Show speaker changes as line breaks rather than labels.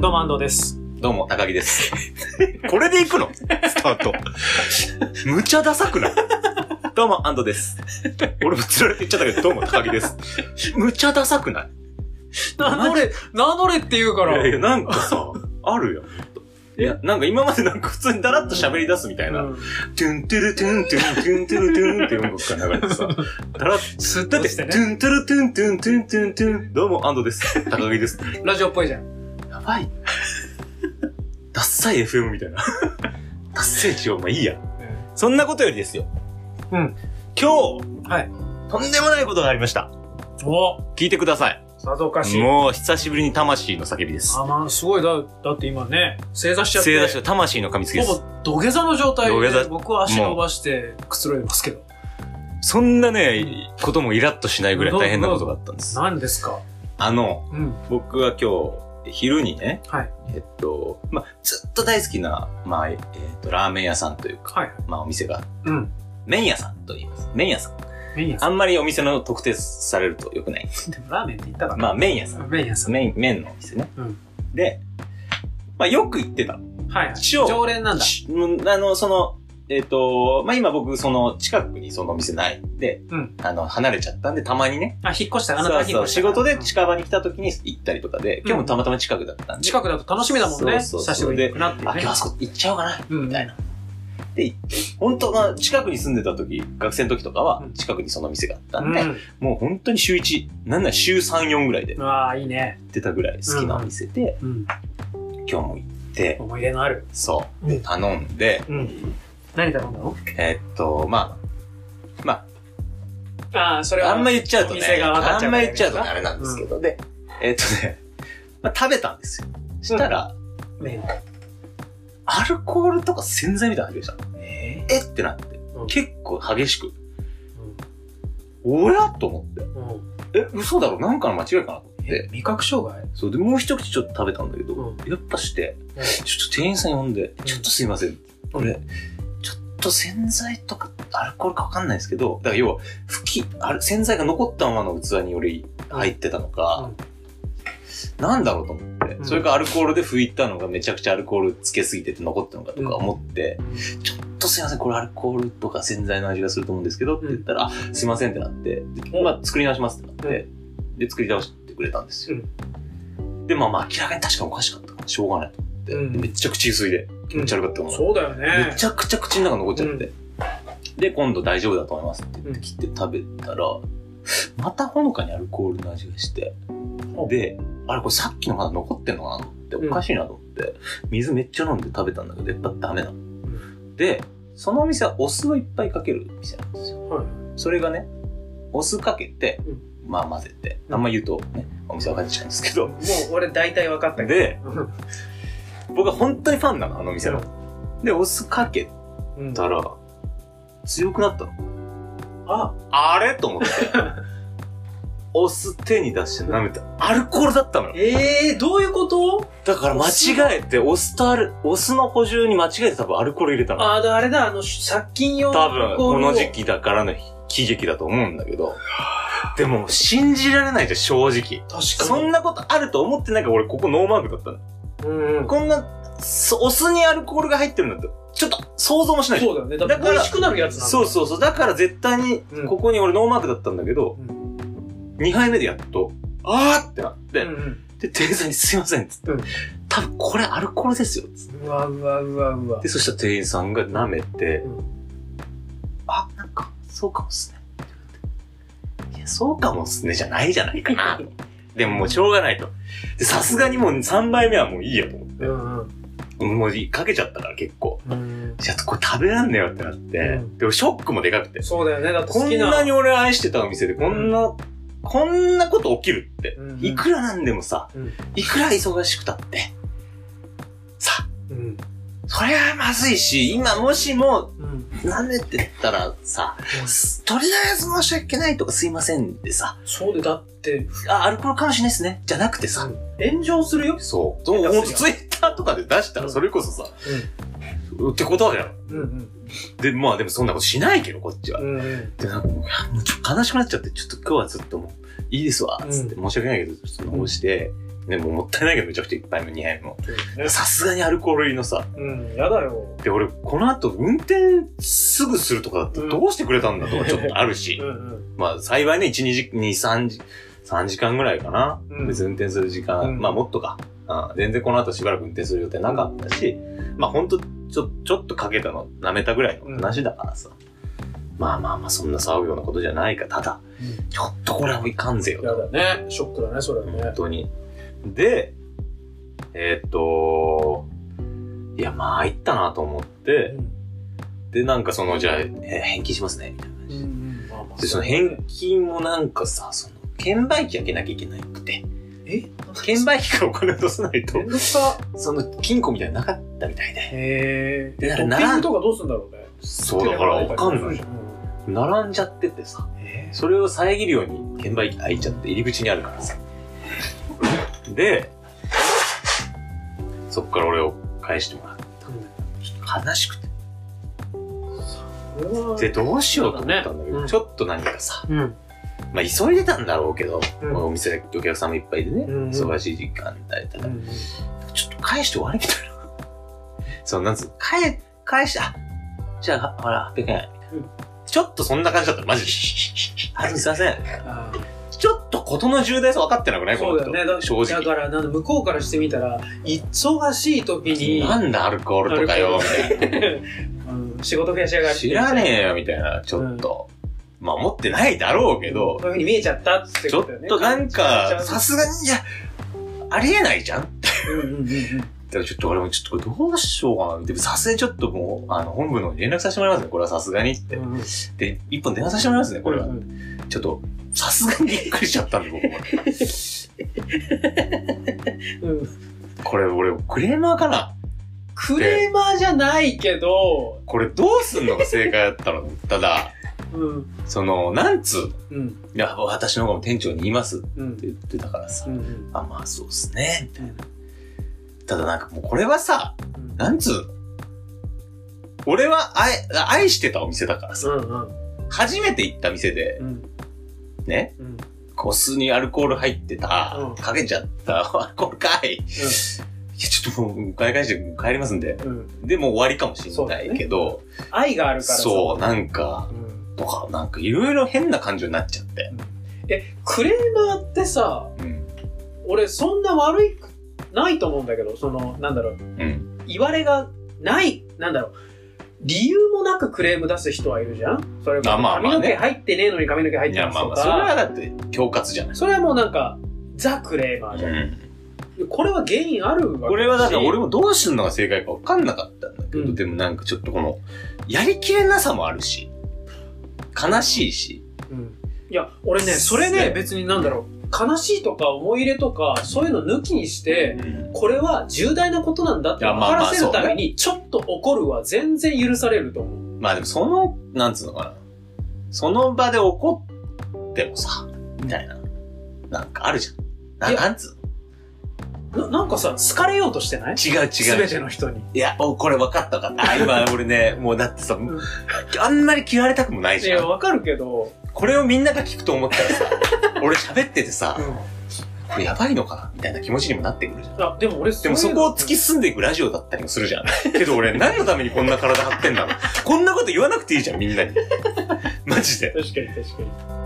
どうも安藤です。
どうも、高木です。 これで行くのスタート。むちゃダサくないどうも、安藤です。俺も釣られて言っちゃったけど、どうも、高木です。むちゃダサくない
名乗れ、 名乗れって言うか
い
ら。
やいや、なんかさ、あるよ。いや、なんか今までなんか普通にダラッと喋り出すみたいな。
うん
トゥントゥルトゥントゥントゥントゥルトゥンって音楽が流れてさ、ダラッ
スッ
だっ
と
て、
して
ト
ね。
ゥントゥルトゥントゥントゥントゥントゥン、どうも、安藤です。高木です。
ラジオっぽいじゃん。
やばい。ダッサい FM みたいな。ダッサい地方、まあいいや。そんなことよりですよ。
うん。
今日、
はい。
とんでもないことがありました。
お
聞いてください。
さぞかしい。
もう久しぶりに魂の叫びです。
あ、まあ、すごいだ。だって今ね、正座しちゃって。
正座して魂の噛みつきで
ほ
す。
ぼ土下座の状態
土下
で
座
僕は足伸ばしてくつろいでますけど。
そんなね、こともイラッとしないぐらい大変なことがあったんです。
何ですか
あの、
うん。
僕は今日、昼にね、
はい。
えっと、まあ、ずっと大好きな、まあ、えっと、ラーメン屋さんというか、
はい。
まあ、お店が、
うん。
麺屋さんと言います。麺屋さん。
メイン屋さ
あんまりお店の特定されると良くな
ん。
い。
でもラーメンって言ったかな
まあ、麺屋さん。
メイン屋さん。
麺、麺のお店ね。
うん
で、まあ、よく行ってた。
はいはい。
一応
常連なんだ。
しうんあの、その、えっ、と、まあ、今僕、その、近くにそのお店ないんで、
うん
あの、離れちゃったんで、たまにね、
あ、引っ越した。あなた
そ
が
う
引っ
そう
越した。
仕事で
うん
近場に来た時に行ったりとかで、今日もたまたま近くだったんで、
近くだと楽しみだもんね。
そうそ
久
うそう
しぶりに行くなっていう
あ、今
ね
日あ。そこ行っちゃおうかな、
うん
みたいな。で、行って本当、まあ、近くに住んでた時、学生の時とかは
うん、
近くにその店があった
うん
で、
ん。
もう本当に週1、なんなら週3、4ぐらいで
うわあ、いいね。
行ってたぐらい好きなお店で、
うん。
今日も行って、
思い出のある。
そう。
う
で、
ん
頼んで、
うん。何頼んだの
えーっと、ま
ああ、それ
あ、
は。
あんま言っちゃうと
お
ね、
店が分かっち
あ
ゃうんか
ま
ら
言っちゃうとね、あれなんですけど、で、えーっとね、まあ、食べたんですよ。したら、
麺。
アルコールとか洗剤みたいなの入ってきたの
え
えってなって
うん、
結構激しく、おやと思って、
うんうん
え、嘘だろなんかの間違いかなと思って
え、、味覚障害
そう、で、もう一口ちょっと食べたんだけど、
う
やっぱして、
うん
ちょっと店員さん呼んで、
ん
ちょっとすいません。これ、ちょっと洗剤とかアルコールかわかんないですけど、だから要は、拭き、あれ、洗剤が残ったままの器により入ってたのか、なんだろうと思って、
うん
それかアルコールで拭いたのがめちゃくちゃアルコールつけすぎてて残ったのかとか思って、ちょっとすいません、これアルコールとか洗剤の味がすると思うんですけどって言ったら、あすいませんってなって、でまあ作り直しますってなって、で、作り直してくれたんですよ。で、まあまあ明らかに確かにおかしかったから、しょうがないと思って、
うん
でめっちゃ口薄いで、気持ち悪かったもん、
そうだよ
め
ね。
ちゃくちゃ口の中残っちゃって、で、今度大丈夫だと思いますって言って切って食べたら、またほのかにアルコールの味がして、
お
で、あれこれさっきのまだ残ってんのかなと思って、
うん
おかしいなと思って、水めっちゃ飲んで食べたんだけど、やっぱダメなの。
ん
で、そのお店はお酢をいっぱいかける店なんですよ。
はい
それがね、お酢かけて、
うん
まあ混ぜて、
うん
あんま言うとね、お店はかっちゃうんですけど、
もう俺大体分かったけ
で、
ど。
僕は本当にファンなの、あの店の。で、お酢かけ
うん
たら、強くなったの。
あ、
あれと思って。 お酢手に出して舐めた。アルコールだったのよ。
ええ、どういうこと
だから間違えて、お酢とある、お酢の補充に間違えて多分アルコール入れたの。
ああ、だあれだ、あの、殺菌用
多分、この時
期。
期だからの喜劇だと思うんだけ ど。でも、信じられないじゃん、正直。
確
そ
か
ん
に。
なことあると思ってないから俺ここノーマークだった
う
の。
んうん
こんな、そお酢にアルコールが入ってるんだって、ちょっと想像もしないじゃ
そ
ん
うだよね。だか
だ
ら
から
美味しくなるやつなんだ。
そうそうそう。だから絶対に
うん、
ここに俺ノーマークだったんだけど、
う
2杯目でやっと、あーってなって、
んうん
で、店員さんにすいませんっつって、
うん
多分これアルコールですよっつって。
うわうわうわうわ
で、。そしたら店員さんが舐めて、
うん
あ、なんか、そうかもっすね。いや、そうかもっすねじゃないじゃないかなと。でももうしょうがないと。で、さすがにもう3杯目はもういいやと思って。
うんうん
もうかけちゃったから結構。
うん。
じゃあこれ食べらんねよってなって、
うん
でもショックもでかくて。
そうだよね。だって
こ
好
ん
きな。
なに俺愛してたお店で、こんな、こんなこと起きるって
うんう。ん
いくらなんでもさ
うん、
いくら忙しくたって。さ、
うん。
それはまずいし、今もしも
うん。
舐めてったらさ、とりあえず申し訳ないとかすいませんでさ、
そうで、だって、
あ、アルコールかもしれないですね、じゃなくてさ、
炎上するよ。
そう。そ
うん
のツイッターとかで出した
う
ら
ん
それこそさ、ってことだよ。
うんうん。
で、まあでもそんなことしないけど、こっちは。
うんうん。
で、なんかもう、もうちょっと悲しくなっちゃって、ちょっと今日はずっともう、いいですわ、つって、申し訳ないけど、ちょっと直して、ね、もうもったいないけどめちゃくちゃいっぱいも2杯も。さすがにアルコール入りのさ。
うん、やだよ。
で、俺、この後運転すぐするとかだってどうしてくれたんだとかちょっとあるし
う。ん
まあ、幸いね、1、2時、2、3時、3時間ぐらいかな。
うん
別に運転する時間、
うん
まあもっとか。うん、全然この後しばらく運転する予定なかったし、まあほんと、ちょ、ちょっとかけたの、舐めたぐらいの話だからさ。まあまあまあ、そんな騒ぐようなことじゃないか。ただ、
うん。
ちょっとこれはいかんぜよ。
やだね。ショックだね、それはね
本。当に。で、えーっと、いや、まあ、いったなと思って、で、なんかその、じゃあ、えー返金しますね、みたいな感
う
じで。
ん。まあまあ
で、その返金もなんかさ、その、券売機開けなきゃいけなくて、
え
券売機からお金落とさないと
めん、どくさ。
その、金庫みたいなのなかったみたいで。
へえ。
だ
ト
か
ッ
ら
ピングとかどうすんだろうね。
そう、だからわかんないじゃん。
ん。
並んじゃっててさ、
え
それを遮るように券売機開いちゃって、入り口にあるからさ。で、そっから俺を返してもらって、悲しくて。
それは
で、どうしようと思ったんだ
そ
けど、
うだね
ちょっと何かさ、
うん。
まあ急いでたんだろうけど、
うん
まあお店でお客さんもいっぱいでね、
うんうん
忙しい時間帯だから、ちょっと返して終わりみたいな。そう、なんつう、返、返して、あ、じゃあ、ほら、800円、みたいな。
うん
ちょっとそんな感じだったの、マジで。あ、すいません。
あー
ちょっと事の重大さ分かってなくないこ
そ
の
う
人
だよね。だ
正
だ
直。
から、なんだ向こうからしてみたら、忙しい時に、
なんだアルコールとかよ、みたい
うん仕事増やしやが
な。
って。
知らねえよ、みたいな、ちょっと。まあ、思ってないだろうけど、
そういうふうに見えちゃったって
ち
こ
ょっ
とよね。
とな
感
んか、
じちゃ
さすがに、いや、ありえないじゃんだ
ううんうんうんうん
からちょっと俺もちょっとこれどうしようかな。でもさすがにちょっともう、あの、本部の方に連絡させてもらいますね。これはさすがにって。
うんうん
で、一本電話させてもらいますね、これは。
うんうん
ちょっと、さすがにびっくりしちゃったんで、僕も。
うん
これ俺、クレーマーかな
クレーマーじゃないけど、
これどうすんのが正解だったのただ、
うん
その、なんつう。
うん
いや、私の方も店長に言いますって
うん
言ってたからさ
う。ん
あ、まあそうっすね、みたいな。ただなんかもうこれはさ、
うん
なんつう俺は愛、愛してたお店だからさ、
うん
初めて行った店で
う、ん
ね、
うん
個数にアルコール入ってた、
うん
かけちゃった、 アルコールかい。いや、ちょっともう、買い返して帰りますんで。
うん
で、もう終わりかもしれないけど、
愛があるからさ
そう,、なんか、
うん
とか、なんかいろいろ変な感情になっちゃって。
えクレーマーってさ
うん。
俺そんな悪いくないと思うんだけどそのなんだろう
うん。
言われがないなんだろう理由もなくクレーム出す人はいるじゃんそれも
あまあま
髪
あね
の毛入ってねえのに髪の毛入っ
い
て
や、
ます
まあ
と
まあ、
か
それはだって、恐喝じゃない。
それはもうなんかザ・クレーマーじゃん
うん。
これは原因あるわけだし
これはだから俺もどうするのが正解か分かんなかったんだけど、
うん
でもなんかちょっとこの、やりきれなさもあるし、悲しいし、
うんいや俺ねそれね
ね
別になんだろう悲しいとか思い入れとかそういうの抜きにしてこれは重大なことなんだって
いや
分
ま
か
あまあ
らせるためにちょっと怒るは全然許されると思う
まあでもその、なんつうのかな、その場で怒ってもさ、みたいな、なんかあるじゃん。
いや
ななんつう
ななんかさ好かれようとしてない
の違う違う
全ての人に
いや、お、これ分かった分かった。あ、今俺 ね、もうだってさ、
ん
あんまり嫌われたくもない
い
じゃ
や
ん。
分かるけど、
これをみんなが聞くと思ったら さ、俺喋っててさ、これやばいのかなみたいな気持ちにもなってくるじゃん。
あでも俺
でもそ
い
こを
の
突き進んでいくラジオだったりもするじ ゃん。けど俺何のためにこん な体張ってんだろう。こんなこと言わなくていいじゃん、みんなに。マジで。
確かに確かに